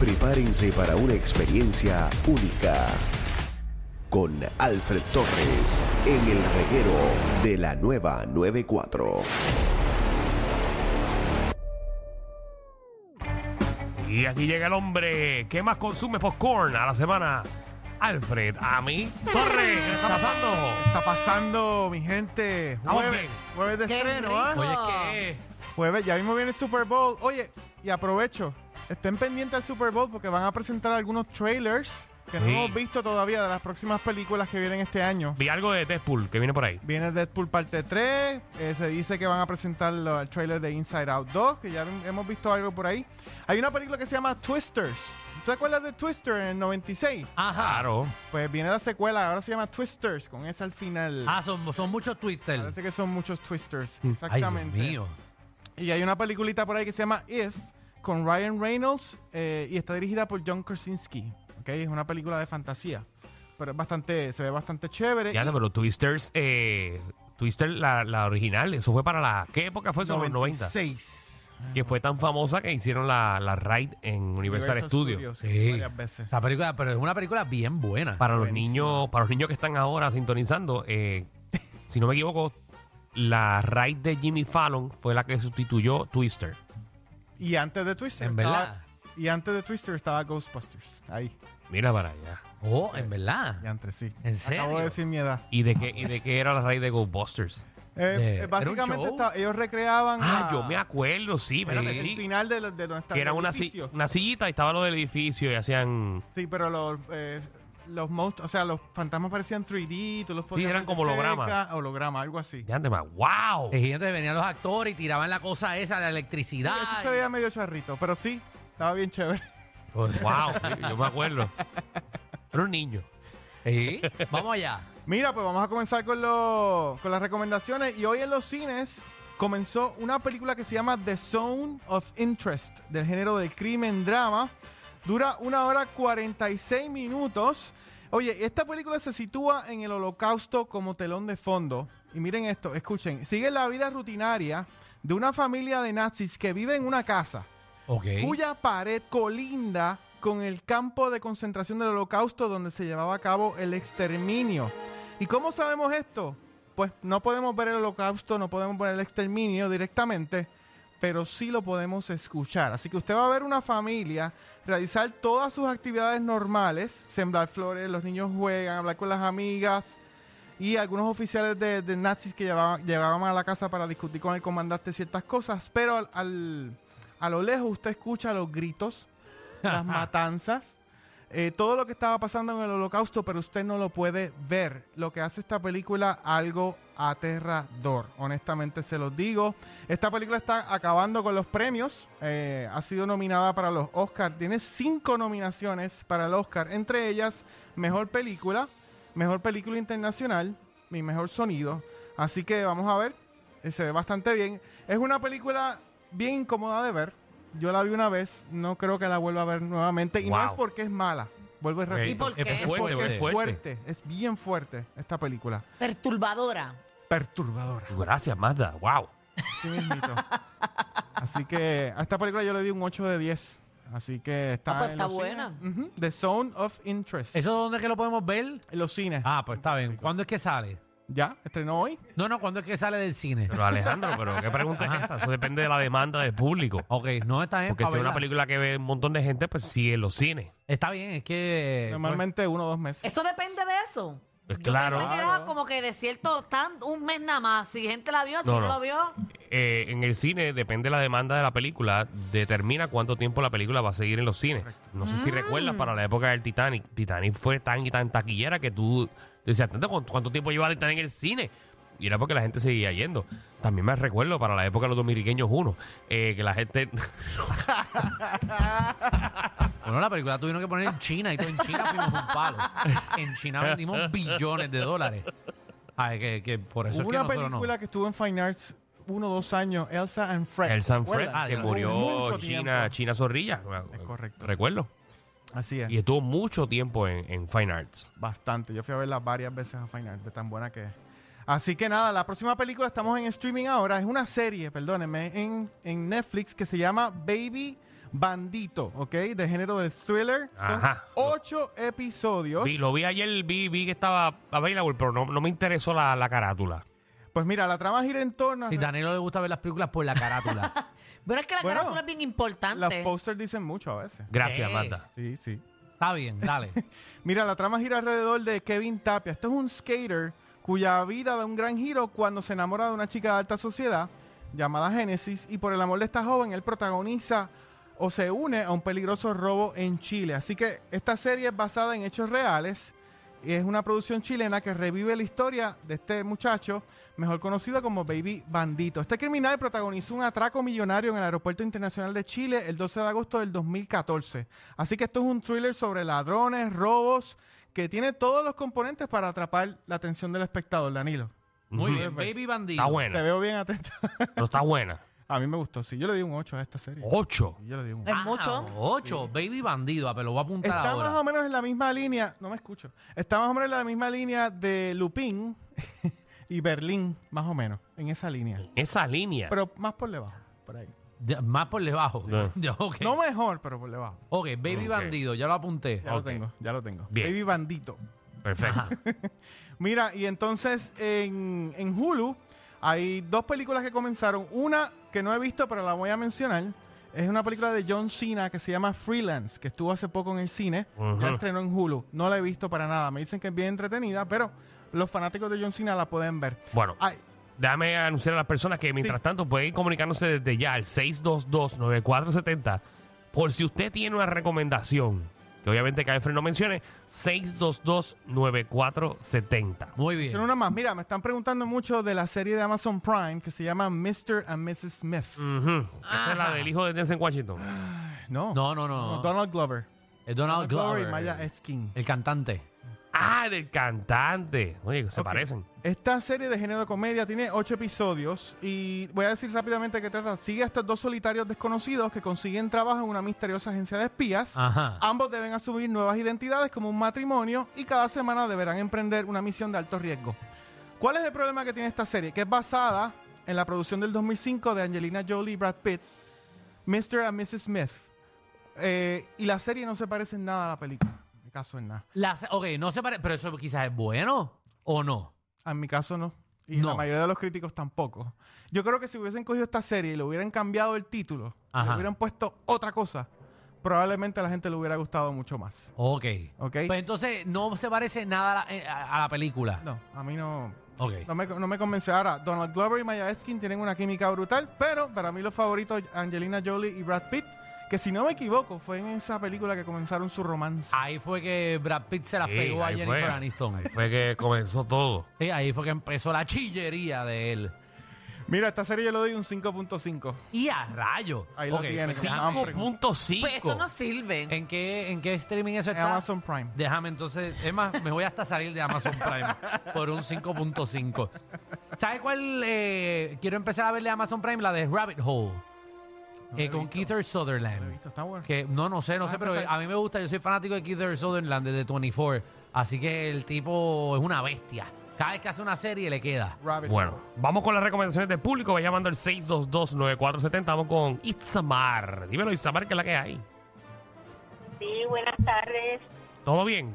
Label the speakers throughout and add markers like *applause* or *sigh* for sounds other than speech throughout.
Speaker 1: Prepárense para una experiencia única con Alfred Torres en el reguero de la nueva 94.
Speaker 2: Y aquí llega el hombre que más consume popcorn a la semana, Alfred Ami Torres. ¿Qué le está pasando?
Speaker 3: Está pasando, mi gente.
Speaker 2: Estamos
Speaker 3: Jueves, jueves de
Speaker 4: Qué
Speaker 3: estreno,
Speaker 4: rico.
Speaker 3: ¿ah?
Speaker 4: Oye,
Speaker 2: ¿Qué?
Speaker 3: Jueves, ya mismo viene el Super Bowl. Oye, y aprovecho, estén pendientes al Super Bowl porque van a presentar algunos trailers que no
Speaker 2: Sí.
Speaker 3: hemos visto todavía de las próximas películas que vienen este año.
Speaker 2: Vi algo de Deadpool que viene por ahí.
Speaker 3: Viene Deadpool parte 3, eh, se dice que van a presentar lo- el trailer de Inside Out 2, que ya hemos visto algo por ahí. Hay una película que se llama Twisters. ¿Tú te acuerdas de Twister en el 96?
Speaker 4: Ajá.
Speaker 2: Claro.
Speaker 3: Pues viene la secuela, ahora se llama Twisters, con esa al final.
Speaker 4: Ah, son, son muchos Twitter.
Speaker 3: Parece que son muchos
Speaker 2: Mm,
Speaker 3: twisters.
Speaker 4: Ay, Dios
Speaker 3: Exactamente.
Speaker 4: mío.
Speaker 3: Y hay una peliculita por ahí que se llama If con Ryan Reynolds eh, y está dirigida por John Krasinski. ¿ok? Es una película de fantasía. Pero es bastante, se ve bastante chévere.
Speaker 2: Ya, pero Twisters, eh, Twister, la, la original, eso fue para la. ¿Qué época fue eso? Los 90.
Speaker 3: 96.
Speaker 2: Que fue tan famosa que hicieron la, la raid en Universal, Studios.
Speaker 3: Sí. Varias veces.
Speaker 4: Esa película, pero es una película bien buena.
Speaker 2: Para los
Speaker 3: Buenísimo.
Speaker 2: niños, para los niños que están ahora sintonizando, eh, si no me equivoco, la raid de Jimmy Fallon fue la que sustituyó Twister.
Speaker 3: Y antes de Twister.
Speaker 4: En
Speaker 3: estaba-
Speaker 4: verdad.
Speaker 3: Y antes de Twister estaba Ghostbusters. Ahí.
Speaker 2: Mira para allá.
Speaker 4: Oh, en verdad.
Speaker 3: Y antes, sí.
Speaker 4: ¿En serio?
Speaker 3: Acabo de decir mi edad.
Speaker 2: ¿Y de qué, y de qué era la raíz de Ghostbusters?
Speaker 3: Eh, eh,
Speaker 4: era un
Speaker 3: básicamente
Speaker 4: show.
Speaker 3: estaba- ellos recreaban
Speaker 2: Ah,
Speaker 3: la-
Speaker 2: yo me acuerdo, sí, espérate,
Speaker 3: el
Speaker 2: sí.
Speaker 3: final de, lo- de donde estaba
Speaker 2: Que
Speaker 3: el
Speaker 2: era una, si-
Speaker 3: edificio.
Speaker 2: una sillita y estaba lo del edificio y hacían...
Speaker 3: Sí, pero los, eh, los monstruos, o sea, los fantasmas parecían 3D, tú los podías
Speaker 2: eran
Speaker 3: ver de
Speaker 2: como hologramas.
Speaker 3: cerca, holograma, algo así.
Speaker 2: De antes más. ¡Wow!
Speaker 4: Y entonces venían los actores y tiraban la cosa esa, la electricidad.
Speaker 3: Eso se veía medio charrito, pero sí, estaba bien chévere.
Speaker 4: Pues,
Speaker 2: ¡Wow! Yo me acuerdo. Era un niño.
Speaker 4: sí. Vamos allá.
Speaker 3: Mira, pues vamos a comenzar con, lo- con las recomendaciones. Y hoy en los cines comenzó una película que se llama The Zone of Interest, del género del crimen drama. Dura una hora 46 minutos. Oye, esta película se sitúa en el holocausto como telón de fondo. Y miren esto, escuchen, sigue la vida rutinaria de una familia de nazis que vive en una casa
Speaker 4: Ok.
Speaker 3: cuya pared colinda con el campo de concentración del holocausto donde se llevaba a cabo el exterminio. ¿Y cómo sabemos esto? Pues no podemos ver el holocausto, no podemos ver el exterminio directamente, pero sí lo podemos escuchar. Así que usted va a ver una familia realizar todas sus actividades normales, sembrar flores, los niños juegan, hablar con las amigas, y algunos oficiales de, de nazis que llevaban, llegaban a la casa para discutir con el comandante ciertas cosas, pero al, al- a lo lejos usted escucha los gritos, las matanzas, eh, todo lo que estaba pasando en el holocausto, pero usted no lo puede ver, lo que hace esta película algo aterrador, honestamente se los digo. Esta película está acabando con los premios, eh, ha sido nominada para los Oscars, tiene cinco nominaciones para el Oscar, entre ellas Mejor Película, Mejor película internacional, mi mejor sonido. Así que vamos a ver. eh, Se ve bastante bien. Es una película bien incómoda de ver. Yo la vi una vez, no creo que la vuelva a ver nuevamente. Y no
Speaker 2: Wow.
Speaker 3: es porque es mala. Vuelvo y repito.
Speaker 4: ¿Y por qué?
Speaker 2: Es
Speaker 4: Es
Speaker 2: fuerte,
Speaker 3: porque
Speaker 2: es
Speaker 3: es
Speaker 2: fuerte.
Speaker 3: fuerte. Es bien fuerte esta película.
Speaker 5: Perturbadora.
Speaker 3: Perturbadora.
Speaker 2: Gracias, Mazda. ¡Wow!
Speaker 3: Así mismito. Así que a esta película yo le di un 8 de 10. Así que está.
Speaker 5: Ah, pues
Speaker 3: en
Speaker 5: está
Speaker 3: los
Speaker 5: buena.
Speaker 3: cines. Ujú, The Zone of Interest.
Speaker 4: ¿Eso dónde es que lo podemos ver?
Speaker 3: En los cines.
Speaker 4: Ah, pues está bien. ¿Cuándo es que sale?
Speaker 3: Ya, estrenó hoy.
Speaker 4: No, no, ¿cuándo es que sale del cine?
Speaker 2: Pero Alejandro, pero ¿qué pregunta es esa? Eso depende de la demanda del público.
Speaker 4: Ok, no está bien.
Speaker 2: Porque
Speaker 4: pa'
Speaker 2: si es una
Speaker 4: verla.
Speaker 2: película que ve un montón de gente, pues sí, en los cines.
Speaker 4: Está bien, es que. pues,
Speaker 3: Normalmente uno o dos meses.
Speaker 5: Eso depende de eso.
Speaker 2: Pues
Speaker 5: Yo
Speaker 2: claro.
Speaker 5: pensé que era como que de cierto tan un mes nada más. Si gente la vio, si
Speaker 2: No,
Speaker 5: no,
Speaker 2: no.
Speaker 5: la vio.
Speaker 2: Eh, en el cine, depende de la demanda de la película, determina cuánto tiempo la película va a seguir en los cines. No sé si recuerdas, para la época del Titanic, Titanic fue tan y tan taquillera que tú decías, "Tanto, ¿cuánto, cuánto tiempo lleva Titanic en el cine? Y era porque la gente seguía yendo. También me recuerdo para la época de los dominiqueños uno, eh, que la gente...
Speaker 3: Pues,
Speaker 4: Bueno, la película tuvieron que poner en China y todo en China fuimos un palo. En China vendimos billones de dólares. Ay, que, que por eso
Speaker 3: Hubo
Speaker 4: es que
Speaker 3: una
Speaker 4: nosotros no.
Speaker 3: película que estuvo en Fine Arts uno o dos años, Elsa and Fred.
Speaker 2: El San Fred,
Speaker 3: ¿Recuerdan?
Speaker 2: que
Speaker 4: Ah,
Speaker 2: murió
Speaker 3: Mucho
Speaker 2: en China,
Speaker 3: tiempo.
Speaker 2: China Zorrilla.
Speaker 3: Es correcto.
Speaker 2: Recuerdo.
Speaker 3: Así es.
Speaker 2: Y estuvo mucho tiempo en, en Fine Arts.
Speaker 3: Bastante. Yo fui a verla varias veces a Fine Arts, de tan buena que es. Así que nada, la próxima película estamos en streaming ahora. Es una serie, perdónenme, en, en Netflix que se llama Baby Bandito, ¿ok? De género de thriller. Son
Speaker 2: Ajá.
Speaker 3: ocho episodios.
Speaker 2: Vi- lo vi ayer, vi, vi que estaba available, pero no, no me interesó la, la carátula.
Speaker 3: Pues mira, la trama gira en torno a
Speaker 4: Y Danilo le gusta ver las películas por la carátula.
Speaker 5: Pero es que la
Speaker 3: Bueno,
Speaker 5: carátula es bien importante.
Speaker 3: Las posters dicen mucho a veces.
Speaker 2: Gracias,
Speaker 4: Eh.
Speaker 2: Amanda.
Speaker 3: Sí, sí.
Speaker 4: Está
Speaker 2: *laughs*
Speaker 4: bien, dale.
Speaker 3: Mira, la trama gira alrededor de Kevin Tapia. Este es un skater cuya vida da un gran giro cuando se enamora de una chica de alta sociedad llamada Genesis y por el amor de esta joven él protagoniza o se une a un peligroso robo en Chile. Así que esta serie es basada en hechos reales y es una producción chilena que revive la historia de este muchacho, mejor conocido como Baby Bandito. Este criminal protagonizó un atraco millonario en el Aeropuerto Internacional de Chile el 12 de agosto del 2014. Así que esto es un thriller sobre ladrones, robos, que tiene todos los componentes para atrapar la atención del espectador, Danilo.
Speaker 4: Muy
Speaker 2: Ujú.
Speaker 4: bien, Baby Bandido.
Speaker 2: Está
Speaker 3: Te
Speaker 2: buena.
Speaker 3: veo bien atento. *laughs*
Speaker 2: No está buena.
Speaker 3: A mí me gustó, sí. Yo le di un 8 a esta serie.
Speaker 4: Oh.
Speaker 2: Ocho.
Speaker 3: Sí, Yo le di un 8.
Speaker 4: Ah,
Speaker 5: es mucho.
Speaker 4: 8, Baby Bandido, ah, pero lo voy a apuntar
Speaker 3: Está
Speaker 4: ahora.
Speaker 3: más o menos en la misma línea, no me escucho. Está más o menos en la misma línea de Lupin *laughs* y Berlín, más o menos, en esa línea.
Speaker 2: Esa línea.
Speaker 3: Pero más por debajo, por ahí.
Speaker 4: De- más por debajo.
Speaker 2: Sí.
Speaker 4: *laughs* Ya, ok.
Speaker 3: No mejor, pero por debajo.
Speaker 4: Ok, Baby
Speaker 2: Ok.
Speaker 4: Bandido, ya lo apunté.
Speaker 3: Ya
Speaker 2: Ok.
Speaker 3: lo tengo, ya lo tengo.
Speaker 2: Bien.
Speaker 3: Baby Bandito.
Speaker 2: Perfecto.
Speaker 3: Mira, y entonces en, en Hulu hay dos películas que comenzaron. Una que no he visto, pero la voy a mencionar. Es una película de John Cena que se llama Freelance, que estuvo hace poco en el cine. Ya
Speaker 2: Ujú.
Speaker 3: estrenó en Hulu. No la he visto para nada. Me dicen que es bien entretenida, pero los fanáticos de John Cena la pueden ver.
Speaker 2: Bueno,
Speaker 3: Ay,
Speaker 2: déjame anunciar a las personas que mientras
Speaker 3: Sí.
Speaker 2: tanto pueden ir comunicándose desde ya al 622-9470. Por si usted tiene una recomendación, que obviamente Calfred no mencione, 622-9470.
Speaker 4: Muy bien.
Speaker 3: son una más. Mira, me están preguntando mucho de la serie de Amazon Prime que se llama Mr. and Mrs. Smith.
Speaker 4: Mm.
Speaker 2: Ujú. Esa es la
Speaker 4: Ajá.
Speaker 2: del hijo de Denzel Washington.
Speaker 3: No.
Speaker 4: No, no, no.
Speaker 3: Donald Glover.
Speaker 4: Es Donald Glover.
Speaker 3: y Maya Eskin.
Speaker 4: El cantante.
Speaker 2: Ah, del cantante. Oye, se
Speaker 3: Ok.
Speaker 2: parecen.
Speaker 3: Esta serie de género de comedia tiene ocho episodios y voy a decir rápidamente qué trata. Sigue a estos dos solitarios desconocidos que consiguen trabajo en una misteriosa agencia de espías.
Speaker 4: Ajá.
Speaker 3: Ambos deben asumir nuevas identidades como un matrimonio y cada semana deberán emprender una misión de alto riesgo. ¿Cuál es el problema que tiene esta serie? Que es basada en la producción del 2005 de Angelina Jolie y Brad Pitt, Mr. and Mrs. Smith. Eh, y la serie no se parece en nada a la película. En mi caso, en nada.
Speaker 4: La se- ok, no se parece, pero eso quizás es bueno o no.
Speaker 3: En mi caso no. Y la
Speaker 4: No.
Speaker 3: mayoría de los críticos tampoco. Yo creo que si hubiesen cogido esta serie y le hubieran cambiado el título, le
Speaker 4: Ajá.
Speaker 3: hubieran puesto otra cosa, probablemente a la gente le hubiera gustado mucho más.
Speaker 4: Ok.
Speaker 3: Ok.
Speaker 4: Pues entonces no se parece nada a la, eh, a- a la película.
Speaker 3: No, a mí no,
Speaker 4: Ok.
Speaker 3: no, me, no me convenció. Ahora, Donald Glover y Maya Eskin tienen una química brutal, pero para mí los favoritos Angelina Jolie y Brad Pitt, que si no me equivoco, fue en esa película que comenzaron su romance.
Speaker 4: Ahí fue que Brad Pitt se la
Speaker 2: Sí,
Speaker 4: pegó a
Speaker 2: ahí
Speaker 4: Jennifer
Speaker 2: fue.
Speaker 4: Aniston.
Speaker 2: Fue que comenzó todo.
Speaker 4: Sí, ahí fue que empezó la chillería de él.
Speaker 3: Mira, esta serie yo le doy un 5.5.
Speaker 4: Y a rayo.
Speaker 3: Ahí lo
Speaker 4: Ok,
Speaker 3: tiene,
Speaker 4: pues,
Speaker 3: como
Speaker 4: dame-
Speaker 3: hambre.
Speaker 5: Pues eso
Speaker 2: 5.5.
Speaker 5: no sirve.
Speaker 4: ¿En qué, ¿En qué streaming eso
Speaker 3: En
Speaker 4: está?
Speaker 3: Amazon Prime.
Speaker 4: Déjame entonces, es más, me voy hasta salir de Amazon Prime por un 5.5. ¿Sabes cuál eh, quiero empezar a ver de Amazon Prime? La de Rabbit Hole,
Speaker 3: No
Speaker 4: eh,
Speaker 3: la he
Speaker 4: con
Speaker 3: visto,
Speaker 4: Keith
Speaker 3: no la he
Speaker 4: Sutherland.
Speaker 3: visto, Ah, está bueno.
Speaker 4: Que no, no sé, no
Speaker 3: Vas
Speaker 4: sé,
Speaker 3: a
Speaker 4: pero
Speaker 3: empezar.
Speaker 4: a mí me gusta, yo soy fanático de Keith Sutherland desde 24, así que el tipo es una bestia. Cada vez que hace una serie le queda.
Speaker 3: Rabbit
Speaker 2: Bueno,
Speaker 3: Hole.
Speaker 2: vamos con las recomendaciones del público. Va llamando al 622-9470. Vamos con Itzamar. Dímelo, Itzamar, que es la que hay.
Speaker 6: Sí, buenas tardes.
Speaker 2: ¿Todo bien?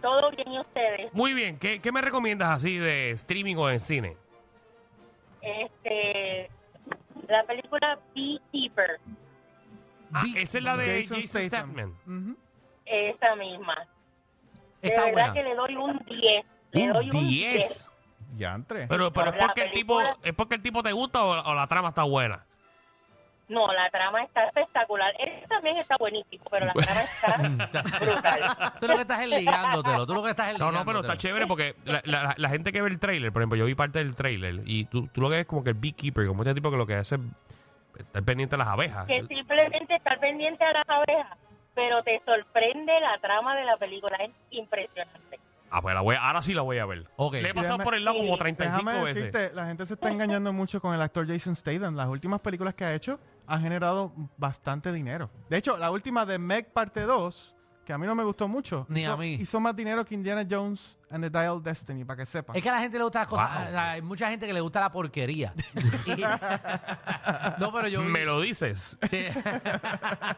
Speaker 6: ¿Todo bien y ustedes?
Speaker 2: Muy bien. ¿Qué, qué me recomiendas así de streaming o en cine?
Speaker 6: Este, la película Beekeeper,
Speaker 2: Ah, esa es la de
Speaker 3: Jason
Speaker 2: Jason,
Speaker 3: Statham.
Speaker 2: Statham.
Speaker 3: Ujú.
Speaker 6: esa misma. De
Speaker 4: Está
Speaker 6: verdad
Speaker 4: buena.
Speaker 6: que le doy un 10. Le doy un 10.
Speaker 3: Diantre.
Speaker 2: Pero, pero es,
Speaker 6: No, la
Speaker 2: porque el tipo,
Speaker 6: película-
Speaker 2: es porque el tipo te gusta o, o la trama está buena.
Speaker 6: No, la trama está espectacular. Él también está buenísimo, pero la trama está brutal.
Speaker 4: Tú lo que estás es ligándotelo, tú lo que estás es
Speaker 2: No, no, pero está
Speaker 4: ligándotelo.
Speaker 2: chévere porque la, la- la gente que ve el trailer, por ejemplo, yo vi parte del trailer y tú, tú lo que ves como que el beekeeper, como este tipo que lo que hace es estar pendiente de las abejas.
Speaker 4: *laughs*
Speaker 6: Que simplemente estar pendiente a las abejas, pero te sorprende la trama de la película. Es impresionante.
Speaker 2: Ah, pues la voy a- ahora sí la voy a ver.
Speaker 4: Ok.
Speaker 2: Le he pasado
Speaker 3: Déjame-
Speaker 2: por el lado como 35
Speaker 3: Déjame
Speaker 2: veces.
Speaker 3: decirte, la gente se está engañando mucho con el actor Jason Statham. Las últimas películas que ha hecho ha generado bastante dinero. De hecho, la última de Meg parte 2 que a mí no me gustó mucho.
Speaker 4: Ni
Speaker 3: hizo,
Speaker 4: a mí.
Speaker 3: Hizo más dinero que Indiana Jones and the Dial of Destiny, para que sepa.
Speaker 4: Es que a la gente le gusta las cosas.
Speaker 2: Wow.
Speaker 4: o sea, hay mucha gente que le gusta
Speaker 2: *laughs*
Speaker 4: la porquería. Y- *laughs* no, pero yo. vi-
Speaker 2: Me lo dices.
Speaker 4: Sí. *laughs*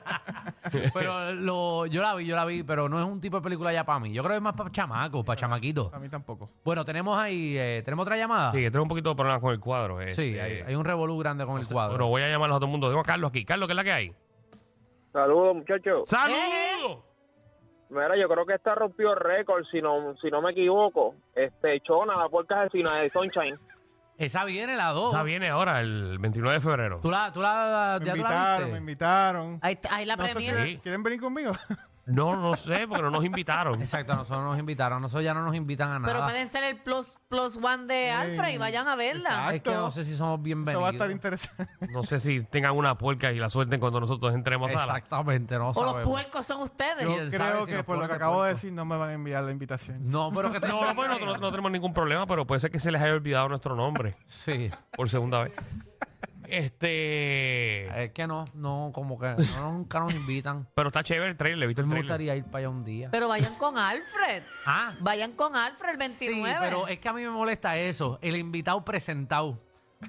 Speaker 4: pero lo, yo la vi, yo la vi, pero no es un tipo de película ya para mí. Yo creo que es más para chamacos, para chamaquitos.
Speaker 3: A mí tampoco.
Speaker 4: Bueno, tenemos ahí, eh, tenemos otra llamada.
Speaker 2: Sí, que tengo un poquito de problema con el cuadro.
Speaker 4: Sí,
Speaker 2: este.
Speaker 4: hay, hay un revolú grande con el cuadro.
Speaker 2: Bueno, voy a llamar a todo el mundo. Tengo a Carlos aquí. Carlos, ¿qué es la que hay?
Speaker 7: Saludos,
Speaker 4: Eh.
Speaker 7: muchachos.
Speaker 2: ¡Saludos!
Speaker 7: Mira, yo creo que esta rompió récord, si no, si no me equivoco. Este, Chona, la puerta asesina de Sunshine.
Speaker 4: Esa viene la
Speaker 2: O
Speaker 4: 2.
Speaker 2: sea, viene ahora el 29 de febrero.
Speaker 4: Tú la, tú la,
Speaker 3: Me
Speaker 4: ya tú la
Speaker 3: invitaron, me
Speaker 4: viste.
Speaker 3: invitaron.
Speaker 5: Ahí, está- ahí la
Speaker 3: No sé si
Speaker 5: premier.
Speaker 2: Sí.
Speaker 3: ¿Quieren venir conmigo? *laughs*
Speaker 2: No, no sé, porque no nos
Speaker 4: *laughs*
Speaker 2: invitaron.
Speaker 4: Exacto, a nosotros nos invitaron, a nosotros ya no nos invitan a
Speaker 5: Pero
Speaker 4: nada.
Speaker 5: pueden ser el plus, plus one de Alfred y vayan a verla.
Speaker 4: es que no sé si somos
Speaker 3: Eso
Speaker 4: bienvenidos.
Speaker 3: va a estar interesante.
Speaker 2: No sé si tengan una puerca y la suelten cuando nosotros entremos a la.
Speaker 4: Exactamente, no
Speaker 5: O los
Speaker 4: sabemos.
Speaker 5: puercos son ustedes.
Speaker 4: Yo- ¿Quién sabe
Speaker 3: Creo
Speaker 4: si
Speaker 3: que
Speaker 4: nos
Speaker 3: por lo
Speaker 4: ponen
Speaker 3: que
Speaker 4: de
Speaker 3: acabo de
Speaker 4: puerco?
Speaker 3: decir no me van a enviar la invitación.
Speaker 4: No, pero
Speaker 2: *laughs*
Speaker 4: que
Speaker 2: No, no, pues nosotros no tenemos ningún problema, pero puede ser que se les haya olvidado nuestro nombre
Speaker 4: Sí,
Speaker 2: por segunda vez. Este.
Speaker 4: es que no, no, como que no, nunca nos invitan.
Speaker 2: Pero está chévere el trailer, ¿viste
Speaker 4: Yo
Speaker 2: el
Speaker 4: me
Speaker 2: trailer?
Speaker 4: gustaría ir para allá un día.
Speaker 5: Pero vayan con Alfred.
Speaker 4: ah,
Speaker 5: Vayan con Alfred el 29.
Speaker 4: Sí, pero es que a mí me molesta eso, el invitado presentado.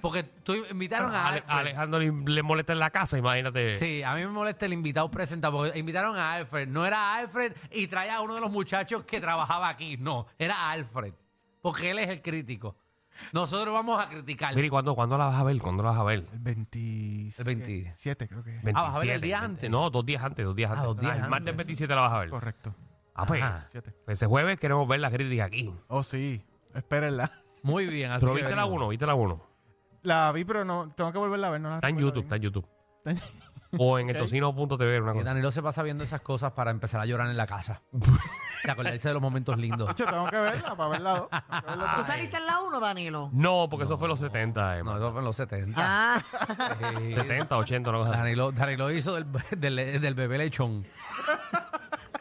Speaker 4: Porque tú invitaron a
Speaker 2: Ale-
Speaker 4: Alfred.
Speaker 2: a Alejandro le, le molesta en la casa, imagínate.
Speaker 4: Sí, a mí me molesta el invitado presentado, porque invitaron a Alfred. No era Alfred y traía a uno de los muchachos que trabajaba aquí. No, era Alfred. Porque él es el crítico. Nosotros vamos a criticar.
Speaker 2: Mira, ¿y cuándo, cuándo la vas a ver? ¿Cuándo la vas a ver?
Speaker 3: El 27.
Speaker 4: El 20.
Speaker 3: siete, creo que es.
Speaker 4: Ah, ¿vas a ver el
Speaker 2: 27,
Speaker 4: día
Speaker 2: 20.
Speaker 4: antes?
Speaker 2: No, dos días antes, dos días
Speaker 4: Ah,
Speaker 2: antes.
Speaker 4: dos días
Speaker 2: el martes
Speaker 4: antes.
Speaker 2: 27 la vas a ver.
Speaker 3: Correcto.
Speaker 2: Ah, pues,
Speaker 4: Ajá.
Speaker 3: Siete.
Speaker 2: ese jueves queremos ver la crítica aquí.
Speaker 3: Oh, sí. Espérenla.
Speaker 4: Muy bien, así
Speaker 2: Pero
Speaker 4: que
Speaker 2: viste la
Speaker 4: venimos.
Speaker 2: 1, viste la 1.
Speaker 3: La vi, pero no. Tengo que volverla a ver. No la
Speaker 2: Está en
Speaker 3: recuerdo
Speaker 2: YouTube, está
Speaker 3: bien.
Speaker 2: en YouTube.
Speaker 3: *laughs*
Speaker 2: O
Speaker 4: *laughs*
Speaker 2: en el tocino.tv, una
Speaker 4: Que
Speaker 2: cosa.
Speaker 4: Danilo se pasa viendo esas cosas para empezar a llorar en la
Speaker 2: *laughs*
Speaker 4: casa. Y acordarse de los momentos lindos.
Speaker 3: Yo tengo que verla para verla. dos. Tengo que verla
Speaker 5: ¿Tú
Speaker 4: eh,
Speaker 3: otra vez.
Speaker 5: saliste en la 1, Danilo?
Speaker 2: No, porque eso fue los 70, eh,
Speaker 4: No, eso fue en los 70.
Speaker 5: Ah,
Speaker 4: Sí.
Speaker 2: 70, 80, una cosa. así.
Speaker 4: Danilo, Danilo hizo del, del- del bebé lechón.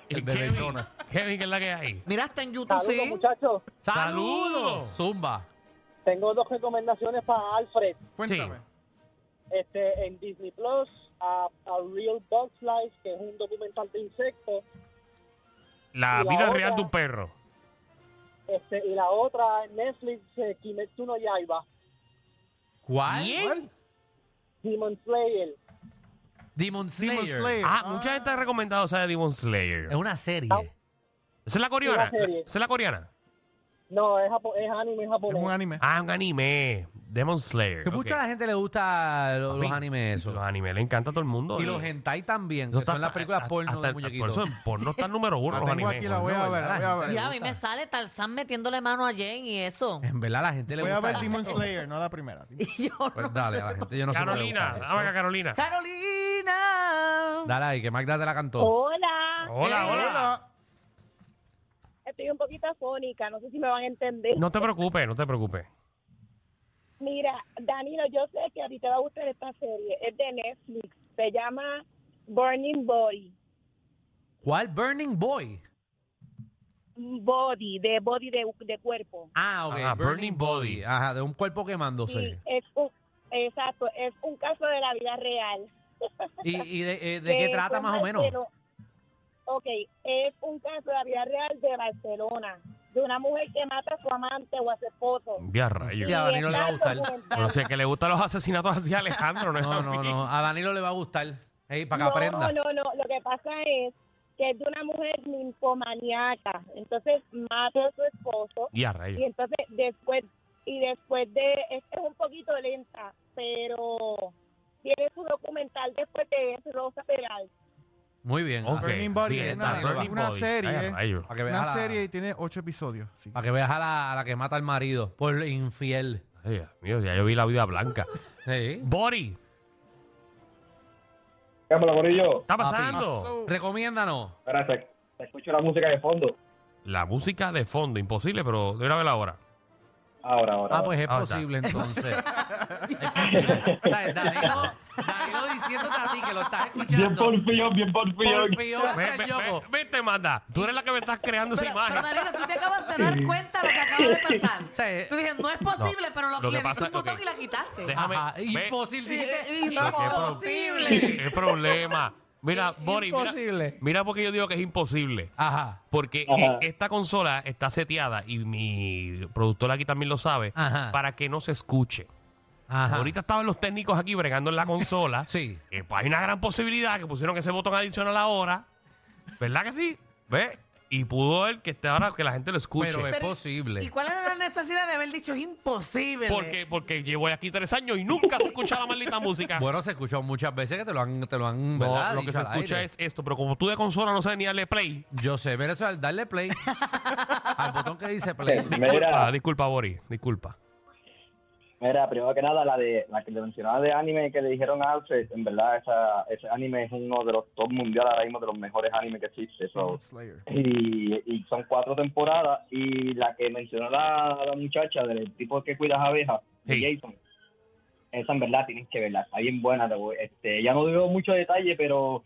Speaker 2: Y
Speaker 4: El de
Speaker 2: Kevin,
Speaker 4: Lechona.
Speaker 2: Kevin, que es la que hay.
Speaker 5: mira, está en YouTube,
Speaker 7: Saludos,
Speaker 5: sí.
Speaker 7: muchachos.
Speaker 2: ¡Saludos!
Speaker 4: Zumba.
Speaker 7: Tengo dos recomendaciones para Alfred.
Speaker 3: Cuéntame.
Speaker 2: Sí.
Speaker 7: Este, en Disney Plus, a, a Real Dog's Life, que es un documental de insectos.
Speaker 2: La
Speaker 7: Y la
Speaker 2: vida
Speaker 7: otra-
Speaker 2: real de un perro.
Speaker 7: Este, y la otra, en Netflix, eh, Kimetsu no Yaiba.
Speaker 4: ¿Cuál?
Speaker 7: Demon Slayer.
Speaker 4: Demon Slayer.
Speaker 3: Demon Slayer.
Speaker 2: Ah, mucha gente ha recomendado esa de Demon Slayer.
Speaker 4: Es una serie.
Speaker 2: Esa es la coreana.
Speaker 7: una serie.
Speaker 2: Esa es la coreana.
Speaker 7: No, es, japo- es anime
Speaker 3: Es un
Speaker 7: japonés.
Speaker 3: anime.
Speaker 2: Ah, un anime. Demon Slayer.
Speaker 4: Que
Speaker 2: ok.
Speaker 4: mucho a la gente le gusta lo- los
Speaker 2: Papi,
Speaker 4: animes esos.
Speaker 2: Los animes le encanta a todo el mundo.
Speaker 4: Y los hentai también,
Speaker 2: Eso
Speaker 4: que
Speaker 2: está-
Speaker 4: son las películas
Speaker 2: a-
Speaker 4: porno
Speaker 2: hasta
Speaker 4: de
Speaker 2: el- Por
Speaker 4: muñequitos.
Speaker 2: eso en porno está el número uno
Speaker 3: La
Speaker 2: los
Speaker 3: tengo
Speaker 2: animes.
Speaker 3: aquí, la voy a
Speaker 4: no,
Speaker 3: ver.
Speaker 4: ¿verdad?
Speaker 3: la voy a ver.
Speaker 5: Mira, a mí me sale Tarzán metiéndole mano a Jane y
Speaker 2: *laughs*
Speaker 5: eso.
Speaker 4: En verdad la gente le
Speaker 3: Voy
Speaker 4: gusta.
Speaker 3: a ver Demon Slayer, no la primera.
Speaker 5: Y yo no.
Speaker 4: Pues dale, a la gente yo no sé por qué le
Speaker 2: Carolina,
Speaker 4: gusta
Speaker 2: dame acá,
Speaker 4: eso.
Speaker 2: Carolina.
Speaker 5: ¡Carolina!
Speaker 4: Dale ahí, que Magda te la
Speaker 7: Oh.
Speaker 4: cantó.
Speaker 6: Hola,
Speaker 3: Oh.
Speaker 2: Hola, hola.
Speaker 6: estoy un poquito afónica, no sé si me van a entender.
Speaker 2: No te preocupes, no te preocupes.
Speaker 6: Mira, Danilo, yo sé que a ti te va a gustar esta serie, es de Netflix, se llama Burning Body,
Speaker 4: ¿Cuál? Burning Boy.
Speaker 6: Body, de body de, de cuerpo.
Speaker 4: Ah, ok.
Speaker 2: Ajá, Burning Body.
Speaker 4: Ajá, de un cuerpo quemándose.
Speaker 6: Sí, es un, exacto, es un caso de la vida real.
Speaker 4: ¿Y, y de, eh, de qué
Speaker 6: Eh,
Speaker 4: trata
Speaker 6: fue
Speaker 4: más o menos?
Speaker 6: Marcelo- Ok, es un caso de la vida real de Barcelona, de una mujer que mata a su amante o a su esposo.
Speaker 2: Ya rayo.
Speaker 4: Ya, a Danilo le va a gustar.
Speaker 2: No sé, que le gustan los asesinatos hacia Alejandro, ¿no? es a
Speaker 4: No,
Speaker 2: mí.
Speaker 4: no,
Speaker 2: *laughs*
Speaker 4: no. A Danilo le va a gustar. Ey, para que aprenda.
Speaker 6: No, no, no, lo que pasa es que es de una mujer ninfomaniaca, entonces mata a su esposo
Speaker 2: Ya
Speaker 6: y
Speaker 2: rayo.
Speaker 6: entonces después, y después de, es, es un poquito lenta, pero tiene su documental después de es Rosa Peral.
Speaker 4: Muy bien.
Speaker 2: Ok,
Speaker 3: Burning Body,
Speaker 2: bien,
Speaker 3: una-
Speaker 2: Danilo.
Speaker 3: una serie. eh.
Speaker 2: Ay, rayo.
Speaker 4: Para que veas,
Speaker 3: Una
Speaker 4: a la-
Speaker 3: serie y tiene ocho episodios. sí.
Speaker 2: Ah,
Speaker 4: para que veas a, la, a la que mata al marido por infiel.
Speaker 2: Ay, Dios mío, ya yo vi la vida blanca.
Speaker 4: Sí.
Speaker 2: Bori,
Speaker 7: Cámara, Corillo.
Speaker 2: está
Speaker 4: Papi.
Speaker 2: pasando?
Speaker 3: Pasó.
Speaker 4: Recomiéndanos.
Speaker 7: Espera, se, se escucha la música de fondo.
Speaker 2: La música de fondo, imposible, pero debería verla ahora.
Speaker 7: Ahora, ahora.
Speaker 4: Ah, pues es
Speaker 2: Ah, está.
Speaker 4: posible
Speaker 2: *laughs*
Speaker 4: entonces. Es posible. O sea, Danilo, Danilo diciéndote a ti que lo estás
Speaker 7: Bien
Speaker 4: escuchando.
Speaker 7: porfío, bien porfío.
Speaker 4: Por fijo,
Speaker 2: Ve-
Speaker 4: está
Speaker 2: ve-
Speaker 4: el yoco.
Speaker 2: ve- Vete, manda. Tú eres la que me estás creando esa
Speaker 5: Pero, pero,
Speaker 2: imagen.
Speaker 5: Danilo, tú te acabas de dar cuenta de lo que acaba de
Speaker 2: *laughs*
Speaker 5: pasar.
Speaker 4: O sea, eh,
Speaker 5: Tú dices, no es posible, pero lo,
Speaker 2: Lo que
Speaker 5: le diste
Speaker 2: pasa-
Speaker 5: un botón
Speaker 2: ok.
Speaker 5: y la quitaste.
Speaker 2: Déjame-
Speaker 4: ajá,
Speaker 2: ve-
Speaker 4: imposible.
Speaker 2: *laughs*
Speaker 4: dijiste,
Speaker 5: Imposible.
Speaker 2: ¿Qué problema? Mira, Bonnie, mira-
Speaker 4: Imposible.
Speaker 2: mira porque yo digo que es imposible.
Speaker 4: Ajá.
Speaker 2: Porque
Speaker 7: Ajá.
Speaker 2: eh, esta consola está seteada, y mi productor aquí también lo sabe,
Speaker 4: Ajá.
Speaker 2: para que no se escuche.
Speaker 4: Ajá.
Speaker 2: Ahorita estaban los técnicos aquí bregando en la consola.
Speaker 4: *laughs* Sí.
Speaker 2: Eh, pues hay una gran posibilidad que pusieron ese botón adicional ahora. ¿Verdad que sí? ¿Ves? Y pudo el que esté ahora que la gente lo escuche.
Speaker 4: Pero es
Speaker 5: Pero,
Speaker 4: posible.
Speaker 5: ¿Y cuál era la necesidad de haber dicho es imposible?
Speaker 2: porque, porque llevo aquí tres años y nunca se escucha la
Speaker 4: *laughs*
Speaker 2: maldita música.
Speaker 4: Bueno, se escuchó muchas veces que te lo han, te lo han,
Speaker 2: No,
Speaker 4: ¿verdad?
Speaker 2: lo
Speaker 4: Dicho
Speaker 2: que se
Speaker 4: al
Speaker 2: escucha
Speaker 4: aire.
Speaker 2: es esto, pero como tú de consola no sabes ni darle play.
Speaker 4: Yo sé, pero eso es al darle play. al botón que dice play.
Speaker 2: Disculpa,
Speaker 8: Mira,
Speaker 2: disculpa, Boris, disculpa.
Speaker 8: mira, primero que nada, la de la que le mencionaba de anime que le dijeron a Alfred, en verdad, esa, ese anime es uno de los top mundiales ahora mismo, de los mejores animes que existe. so,
Speaker 3: Slayer.
Speaker 8: y, y son cuatro temporadas. Y la que mencionó la, la muchacha del tipo que cuida las abejas, de
Speaker 2: Sí.
Speaker 8: Jason, esa en verdad tienes que verla, está bien buena. te voy- Este, ya no dio mucho detalle, pero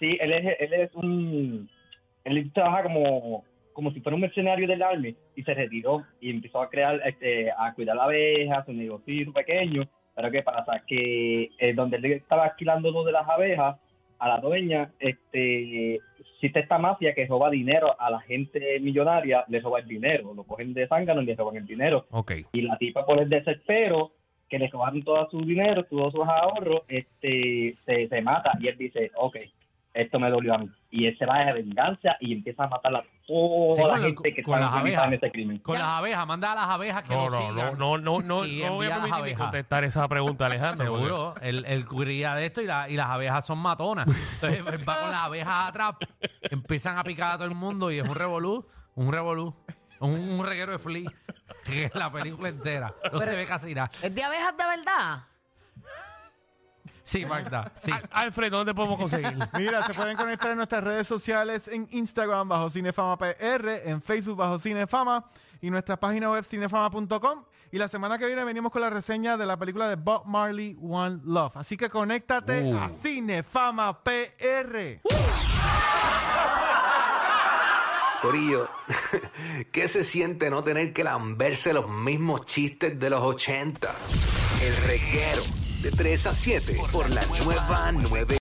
Speaker 8: sí, él es, él es un. Él trabaja como, como si fuera un mercenario del Army y se retiró y empezó a crear, este, a cuidar abejas, su negocio pequeño. Pero ¿qué pasa? Que eh, donde él estaba alquilando lo de las abejas, a la dueña, este, existe esta mafia que roba dinero a la gente millonaria, le roba el dinero, lo cogen de zángano y le roban el dinero.
Speaker 2: Ok.
Speaker 8: Y la tipa por el desespero, que le robaron todo su dinero, todos sus ahorros, este, se, se mata y él dice, ok, esto me dolió a mí. Y él se va de venganza y empieza a matar a toda
Speaker 4: Sí, con
Speaker 8: la
Speaker 4: la-
Speaker 8: gente que
Speaker 4: con
Speaker 8: está
Speaker 4: las
Speaker 8: involucrada en
Speaker 4: abejas.
Speaker 8: ese crimen.
Speaker 4: Con las abejas, manda a las abejas que
Speaker 2: No,
Speaker 4: lo
Speaker 2: no, no,
Speaker 4: sigan.
Speaker 2: no, no, no,
Speaker 4: y
Speaker 2: no voy
Speaker 4: envía
Speaker 2: a
Speaker 4: las
Speaker 2: permitir ni
Speaker 4: abejas.
Speaker 2: contestar esa pregunta, Alejandro. porque-
Speaker 4: Seguro, él, él cubría de esto y, la- y las abejas son matonas. Entonces él va con las abejas atrás, empiezan a picar a todo el mundo y es un revolú, un revolú, un, un reguero de flea, que es la película entera. No se ve casi nada.
Speaker 5: ¿Es de abejas de verdad?
Speaker 4: Sí, Magda, sí.
Speaker 2: Al- Alfred, ¿dónde podemos conseguir?
Speaker 3: Mira, se pueden conectar en nuestras redes sociales en Instagram bajo Cinefama PR, en Facebook bajo Cinefama y nuestra página web cinefama.com. Y la semana que viene venimos con la reseña de la película de Bob Marley One Love. Así que conéctate a Cinefama PR.
Speaker 9: Corillo, ¿qué se siente no tener que lamberse los mismos chistes de los 80? El reguero de 3 a 7 por la nueva 9.